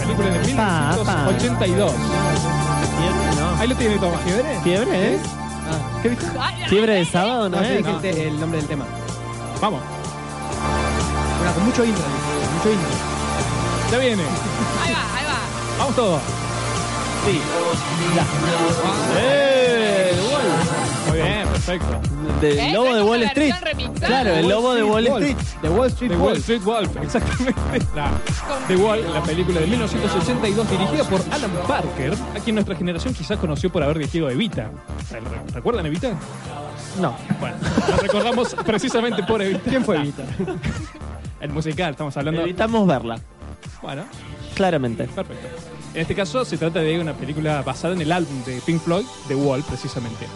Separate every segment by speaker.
Speaker 1: película de
Speaker 2: Apa, apa.
Speaker 1: 1982.
Speaker 2: Fiebre, no.
Speaker 1: Ahí lo tiene Tomás Fiebre.
Speaker 2: ¿Fiebre es?
Speaker 1: ¿Qué dices?
Speaker 2: ¿Fiebre de sábado no
Speaker 3: No, yo
Speaker 2: es?
Speaker 3: dije el, te- el nombre del tema.
Speaker 1: Vamos,
Speaker 3: Bueno, con mucho intro, dice, mucho intro.
Speaker 1: ya viene.
Speaker 4: Ahí va, ahí va.
Speaker 1: Vamos todos.
Speaker 2: Sí.
Speaker 1: ¡Eh! Muy bien, perfecto.
Speaker 2: Del
Speaker 4: ¿Eh?
Speaker 2: lobo de
Speaker 4: Esa
Speaker 2: Wall
Speaker 4: es la
Speaker 2: Street.
Speaker 4: versión remixada.
Speaker 2: Claro, el lobo de Wall Street.
Speaker 3: The Wall Street
Speaker 1: The Wall
Speaker 3: Wolf.
Speaker 1: Street Wolf, exactamente. La, The Wall, la película de 1982 dirigida por Alan Parker, a quien nuestra generación quizás conoció por haber dirigido Evita. ¿Re- ¿Recuerdan Evita?
Speaker 2: No.
Speaker 1: Bueno, la recordamos precisamente por Evita.
Speaker 3: ¿Quién fue Evita?
Speaker 1: El musical, estamos hablando.
Speaker 2: Evitamos verla,
Speaker 1: Bueno,
Speaker 2: claramente.
Speaker 1: perfecto. En este caso se trata de una película basada en el álbum de Pink Floyd, The Wall, precisamente.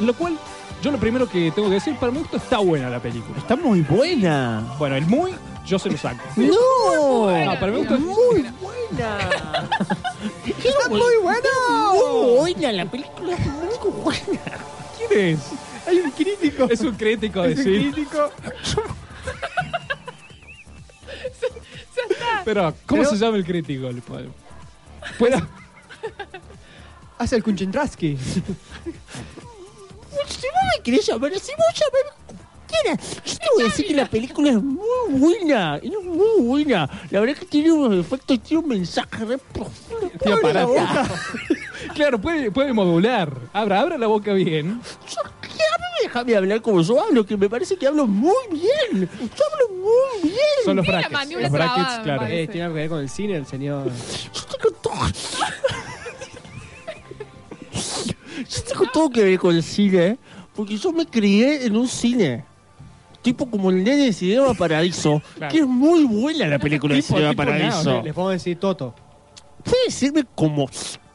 Speaker 1: Lo cual, yo lo primero que tengo que decir, para mi gusto está buena la película.
Speaker 2: Está muy buena.
Speaker 1: Bueno, el muy, yo se lo saco.
Speaker 2: ¡No!
Speaker 1: No, para mi gusto es
Speaker 2: Muy buena. Está muy buena. Muy buena, la película es muy buena.
Speaker 1: ¿Quién es?
Speaker 3: Hay un crítico.
Speaker 1: Es un crítico
Speaker 3: Es un
Speaker 1: decir.
Speaker 3: crítico.
Speaker 1: Pero, ¿cómo
Speaker 3: Pero-
Speaker 1: se llama el crítico? Bueno,
Speaker 3: Hace el Kunchentrazky.
Speaker 2: Si vos me querés llamar, si vos llamar como quieras, yo te voy a decir que la película es muy buena, es muy buena. La verdad que tiene unos efectos, tiene un mensaje re profundo.
Speaker 1: Tío,
Speaker 2: Abre
Speaker 1: pará.
Speaker 2: la boca.
Speaker 1: claro, puede, puede modular. Abra, abra la boca bien.
Speaker 2: Yo- ¿qué? A mí déjame hablar como yo hablo, que me parece que hablo muy bien. Yo hablo muy bien.
Speaker 1: Son los
Speaker 4: Tiene la
Speaker 1: brackets.
Speaker 4: mandíbula
Speaker 1: Los brackets,
Speaker 4: trabada, me
Speaker 1: claro.
Speaker 4: parece.
Speaker 3: Eh, tiene algo que ver con el cine, el señor.
Speaker 2: Yo tengo todo. Yo tengo todo que ver con el cine, ¿eh? porque yo me crié en un cine. Tipo como el nene de Cinema Paradiso,
Speaker 1: Claro.
Speaker 2: que es muy buena la película de
Speaker 1: Tipo,
Speaker 2: Cinema
Speaker 1: tipo,
Speaker 2: Paradiso.
Speaker 1: nada,
Speaker 3: Les podemos decir Toto.
Speaker 2: Puede decirme como,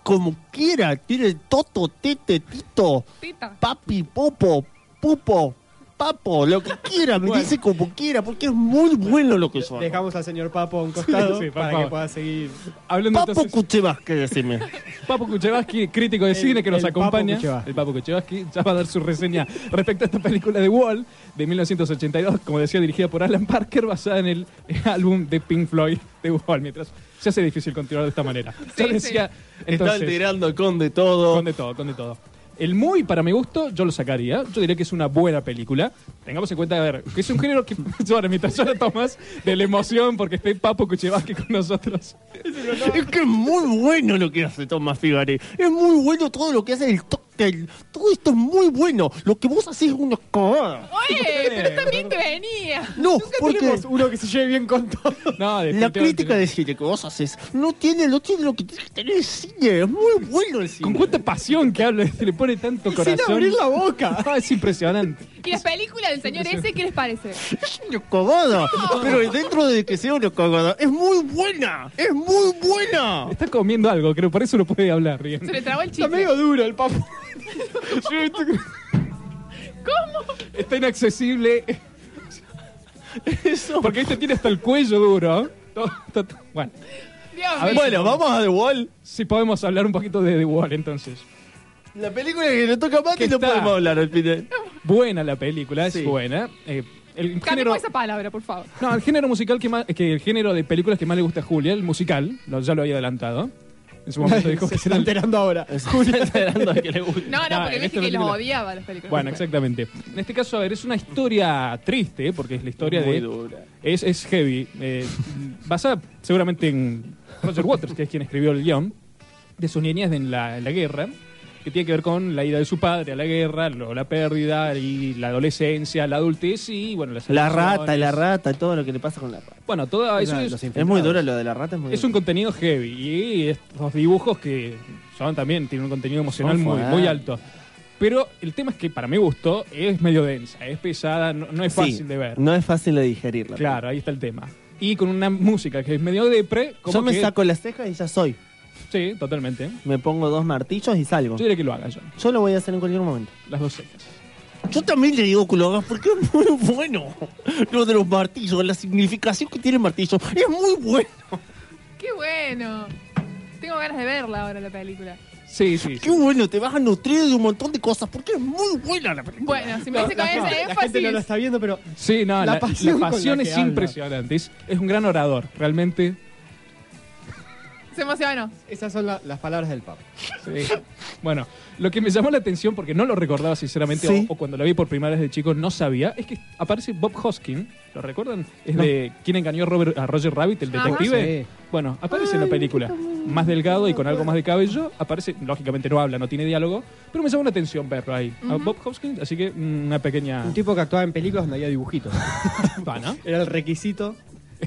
Speaker 2: como quiera, tiene toto, tete, tito,
Speaker 4: Tita.
Speaker 2: papi, popo, pupo, papo, lo que quiera, me
Speaker 1: Bueno.
Speaker 2: dice como quiera, porque es muy bueno lo que son.
Speaker 3: Dejamos al señor Papo a un costado
Speaker 1: Sí, por
Speaker 3: para
Speaker 1: favor.
Speaker 3: que pueda seguir.
Speaker 1: Hablando
Speaker 2: Papo
Speaker 1: entonces,
Speaker 2: Cuchevasque, decime.
Speaker 1: Papo Kuchevaski, crítico de
Speaker 3: El-
Speaker 1: cine que nos
Speaker 3: el Papo
Speaker 1: acompaña.
Speaker 3: Kuchevaski.
Speaker 1: el Papo Kuchevaski ya va a dar su reseña respecto a esta película de Wall de 1982, como decía, dirigida por Alan Parker, basada en el álbum de Pink Floyd de Wall. Mientras se hace difícil continuar de esta manera. Ya
Speaker 4: Sí,
Speaker 1: decía,
Speaker 2: Están tirando con de todo.
Speaker 1: Con de todo, con de todo. El muy, para mi gusto, yo lo sacaría. Yo diría que es una buena película. Tengamos en cuenta, a ver, que es un género que llora mientras llora Tomás de la emoción porque esté Papo Kuchevaski con nosotros.
Speaker 2: Es que es muy bueno lo que hace Tomás Figari. Es muy bueno todo lo que hace el tóctel. Todo esto es muy bueno. Lo que vos haces es una cagada.
Speaker 4: Oye, pero también te venía.
Speaker 2: No, porque
Speaker 3: Tenemos uno que se lleve bien con todo.
Speaker 1: No,
Speaker 2: la
Speaker 1: definitivamente
Speaker 2: crítica
Speaker 1: no.
Speaker 2: de cine que vos haces no tiene, no tiene lo que tiene que tener el cine. Es muy bueno el
Speaker 1: Con
Speaker 2: cine.
Speaker 1: cuánta pasión que habla, se le pone tanto corazón.
Speaker 3: Sin abrir la boca.
Speaker 1: Ah, es impresionante.
Speaker 4: ¿Y la película del señor ese qué les parece?
Speaker 2: Es una cagada. Pero dentro de que sea una cagada, es muy buena. Es muy buena.
Speaker 1: Está comiendo algo, creo, por eso no puede hablar bien.
Speaker 4: Se le trabó el
Speaker 3: Está medio
Speaker 4: chiste.
Speaker 3: duro el Papo.
Speaker 4: ¿Cómo?
Speaker 1: Está inaccesible.
Speaker 2: Eso.
Speaker 1: Porque este tiene hasta el cuello duro. Todo- todo- todo- Bueno,
Speaker 4: Dios
Speaker 1: A ver,
Speaker 4: mío.
Speaker 2: Bueno, vamos a The Wall.
Speaker 1: si podemos hablar un poquito de The Wall, entonces.
Speaker 2: La película que le toca a Mati
Speaker 1: Que
Speaker 2: no
Speaker 1: está-
Speaker 2: podemos hablar al final.
Speaker 1: Buena la película, es
Speaker 2: Sí.
Speaker 1: buena. Eh, el género,
Speaker 4: Cambiemos esa palabra, por favor.
Speaker 1: no, el género musical que más, que el género de películas que más le gusta a Julia, el musical, lo- ya lo había adelantado. En su momento dijo
Speaker 3: Se
Speaker 1: que
Speaker 3: está
Speaker 1: era el-
Speaker 3: enterando ahora.
Speaker 2: Está esperando a que le guste.
Speaker 4: No,
Speaker 1: No,
Speaker 4: no, porque
Speaker 1: en
Speaker 4: me
Speaker 1: esta
Speaker 4: dije que los
Speaker 1: película.
Speaker 4: odiaba las películas.
Speaker 1: Bueno, exactamente. En este caso, a ver, es una historia triste, porque es la historia
Speaker 2: Muy
Speaker 1: de.
Speaker 2: dura.
Speaker 1: Es, es heavy. eh, basada seguramente en Roger Waters, que es quien escribió el guión, de sus niñez en la, en la guerra, que tiene que ver con la ida de su padre a la guerra, lo- la pérdida, y la adolescencia, la adultez y, bueno, las
Speaker 2: La rata,
Speaker 1: adicciones.
Speaker 2: la rata, todo lo que le pasa con la rata.
Speaker 1: Bueno, todo eso es,
Speaker 2: Es muy duro lo de la rata, es muy
Speaker 1: es un contenido heavy. Y estos dibujos que son también, tienen un contenido emocional
Speaker 2: Son
Speaker 1: muy,
Speaker 2: fuertes.
Speaker 1: muy alto. Pero el tema es que, para mi gusto, es medio densa, es pesada, no, no es fácil de ver.
Speaker 2: No es fácil de digerirla.
Speaker 1: Claro, ahí está el tema. Y con una música que es medio depre, como
Speaker 2: Yo me
Speaker 1: que-
Speaker 2: saco las cejas y ya soy.
Speaker 1: Sí, totalmente. Yo
Speaker 5: Me pongo dos martillos y salgo.
Speaker 1: diría que lo haga yo.
Speaker 5: Yo lo voy a hacer en cualquier momento.
Speaker 1: Las dos secas.
Speaker 2: Yo también le digo que lo hagas porque es muy bueno. Lo de los martillos, la significación que tiene el martillo, es muy bueno.
Speaker 4: ¡Qué bueno! Tengo ganas de verla ahora la película.
Speaker 1: Sí, sí.
Speaker 2: Qué bueno, te vas a nutrir de un montón de cosas porque es muy buena la película.
Speaker 4: Bueno, si me dice con ese
Speaker 3: La gente no lo
Speaker 4: énfasis.
Speaker 3: está viendo, pero
Speaker 1: Sí, no, la,
Speaker 3: La
Speaker 1: la pasión,
Speaker 3: pasión con la que
Speaker 1: es
Speaker 3: habla.
Speaker 1: impresionante. Es, es un gran orador, realmente.
Speaker 4: Se emocionó.
Speaker 3: esas son la- las palabras del Papa.
Speaker 1: Sí. Bueno, lo que me llamó la atención, porque no lo recordaba sinceramente,
Speaker 5: Sí.
Speaker 1: o, o cuando la vi por primera vez de chico no sabía, es que aparece Bob Hoskin, ¿lo recuerdan? Es
Speaker 5: No.
Speaker 1: de quien engañó a, Robert- a Roger Rabbit, el
Speaker 4: Ajá.
Speaker 1: detective.
Speaker 3: Sí.
Speaker 1: Bueno, aparece en la película, más delgado y con algo más de cabello, aparece, lógicamente no habla, no tiene diálogo, pero me llamó la atención verlo ahí, a Bob Hoskin, así que mm, una pequeña...
Speaker 3: Un tipo que actuaba en películas donde había dibujitos.
Speaker 1: pana.
Speaker 3: Era el requisito.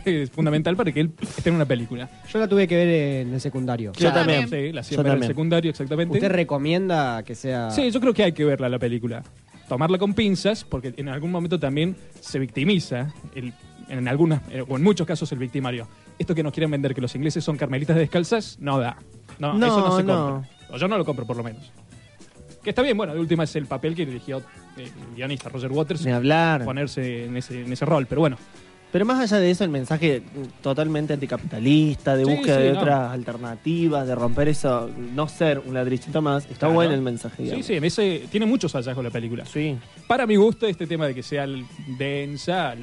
Speaker 1: es fundamental para que él esté en una película.
Speaker 3: Yo la tuve que ver en el secundario.
Speaker 5: Yo también.
Speaker 1: Sí, la
Speaker 5: Yo
Speaker 1: siempre en el
Speaker 5: también.
Speaker 1: secundario, exactamente.
Speaker 3: ¿Usted recomienda que sea
Speaker 1: Sí, yo creo que hay que verla la película. Tomarla con pinzas, porque en algún momento también se victimiza, el- en algunas, eh, o en muchos casos, el victimario. Esto que nos quieren vender, que los ingleses son carmelitas descalzas, no da. No,
Speaker 5: No,
Speaker 1: eso no se
Speaker 5: no.
Speaker 1: compra. O yo no lo compro, por lo menos. Que está bien, bueno, de última es el papel que eligió eh, el guionista Roger Waters,
Speaker 5: Ni hablar.
Speaker 1: ponerse en ese, en ese rol. Pero bueno,
Speaker 5: Pero más allá de eso, el mensaje mm, totalmente anticapitalista, de
Speaker 1: Sí,
Speaker 5: búsqueda
Speaker 1: sí,
Speaker 5: de
Speaker 1: no.
Speaker 5: otras alternativas, de romper eso, no ser un ladrillito más, está
Speaker 1: Claro.
Speaker 5: bueno el mensaje.
Speaker 1: sí,
Speaker 5: digamos.
Speaker 1: sí, en ese, tiene muchos hallazgos la película.
Speaker 5: Sí.
Speaker 1: Para mi gusto, este tema de que sea l- densa l-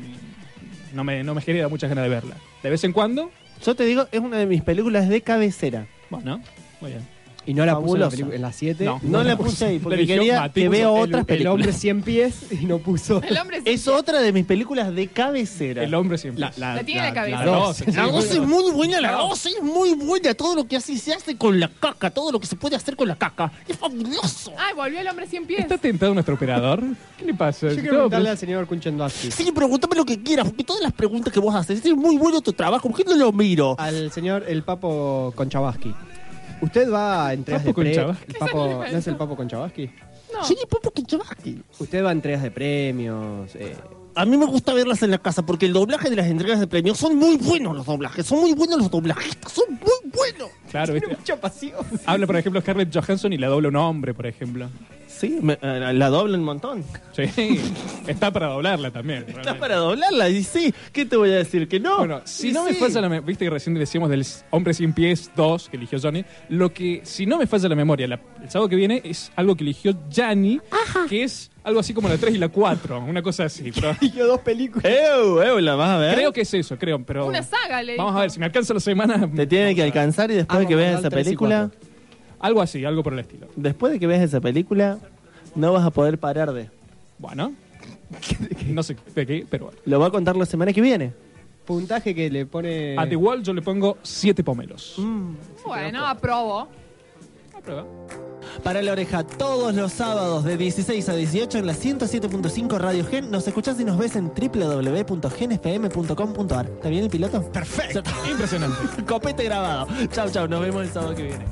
Speaker 1: no me, no me genera muchas ganas de verla. De vez en cuando,
Speaker 5: Yo te digo, es una de mis películas de cabecera.
Speaker 1: bueno, muy bien.
Speaker 3: y no la puso en la
Speaker 5: fabulosa.
Speaker 3: pelicu- en las 7?
Speaker 1: No.
Speaker 5: No
Speaker 1: Bueno,
Speaker 5: la puse ahí
Speaker 1: la
Speaker 5: porque
Speaker 1: eligió
Speaker 5: quería
Speaker 1: Mati,
Speaker 5: que
Speaker 1: puso
Speaker 5: vea
Speaker 3: El-
Speaker 5: otras
Speaker 3: el,
Speaker 5: películas.
Speaker 3: hombre 100 pies y no puso
Speaker 4: El hombre sí.
Speaker 5: Es otra de mis películas de cabecera.
Speaker 1: El hombre siempre.
Speaker 4: La tiene en la cabeza.
Speaker 1: la dos,
Speaker 2: La
Speaker 1: sí,
Speaker 2: voz
Speaker 1: sí.
Speaker 2: es muy buena, la voz es muy buena. Todo lo que hace se hace con la caca, todo lo que se puede hacer con la caca. Es fabuloso.
Speaker 4: Ay, volvió el hombre sin pies.
Speaker 1: ¿Está tentado nuestro operador? ¿Qué le pasa?
Speaker 3: Yo
Speaker 1: No,
Speaker 3: quiero preguntarle
Speaker 1: pero-
Speaker 3: al señor Kunchendowski.
Speaker 2: Sí, pregúntame lo que quieras, porque todas las preguntas que vos haces, es muy bueno tu trabajo, ¿por qué no lo miro?
Speaker 3: Al señor el Papo Konchabaski. ¿Usted va en 3 de
Speaker 1: ¿Papo
Speaker 3: pre-
Speaker 1: Konchabaski?
Speaker 3: el papo, ¿No es el Papo Konchabaski?
Speaker 4: No.
Speaker 2: Sí, Papo Kichibaki.
Speaker 3: Usted va en entregas de premios. eh,
Speaker 2: A mí me gusta verlas en la casa porque el doblaje de las entregas de premios son muy buenos los doblajes, son muy buenos los doblajistas, son muy buenos.
Speaker 1: Claro, ¿viste?
Speaker 3: Mucha pasión.
Speaker 1: Habla, por ejemplo, Scarlett Johansson y la dobla un hombre, por ejemplo.
Speaker 5: Sí, me- eh, la doblo un montón.
Speaker 1: Sí. Está para doblarla también.
Speaker 5: Está
Speaker 1: realmente.
Speaker 5: para doblarla, y sí, ¿qué te voy a decir? Que no.
Speaker 1: Bueno, si
Speaker 5: Y
Speaker 1: no me
Speaker 5: sí.
Speaker 1: falla la memoria, viste que recién decíamos del Hombre sin pies 2 que eligió Johnny, lo que, si no me falla la memoria, la- el sábado que viene es algo que eligió Johnny, que es algo así como la 3 y la 4, una cosa así. pero-
Speaker 3: Yo dos películas.
Speaker 5: ¡Ew, ew! La vas a
Speaker 2: ¿Eh?
Speaker 5: ver.
Speaker 1: creo que es eso, creo, pero...
Speaker 4: Una saga, le
Speaker 1: Vamos
Speaker 4: dijo.
Speaker 1: a ver, si me alcanza la semana...
Speaker 5: Te tiene que alcanzar y después de que
Speaker 3: Vamos a
Speaker 5: veas esa
Speaker 3: mandar tres y
Speaker 5: película,
Speaker 1: Algo así, algo por el estilo.
Speaker 5: después de que veas esa película, no vas a poder parar de.
Speaker 1: Bueno, no sé de qué, pero bueno.
Speaker 5: Lo va a contar la semana que viene.
Speaker 3: Puntaje que le pone.
Speaker 1: A The Wall yo le pongo 7 pomelos.
Speaker 4: Bueno, aprobo.
Speaker 1: A prueba.
Speaker 5: Para la oreja, todos los sábados de 16 a 18 en la 107.5 Radio Gen. Nos escuchás y nos ves en www.genfm.com.ar. ¿Está bien el piloto? Perfecto.
Speaker 1: Impresionante.
Speaker 5: Copete grabado. Chau, chau. Nos vemos el sábado que viene.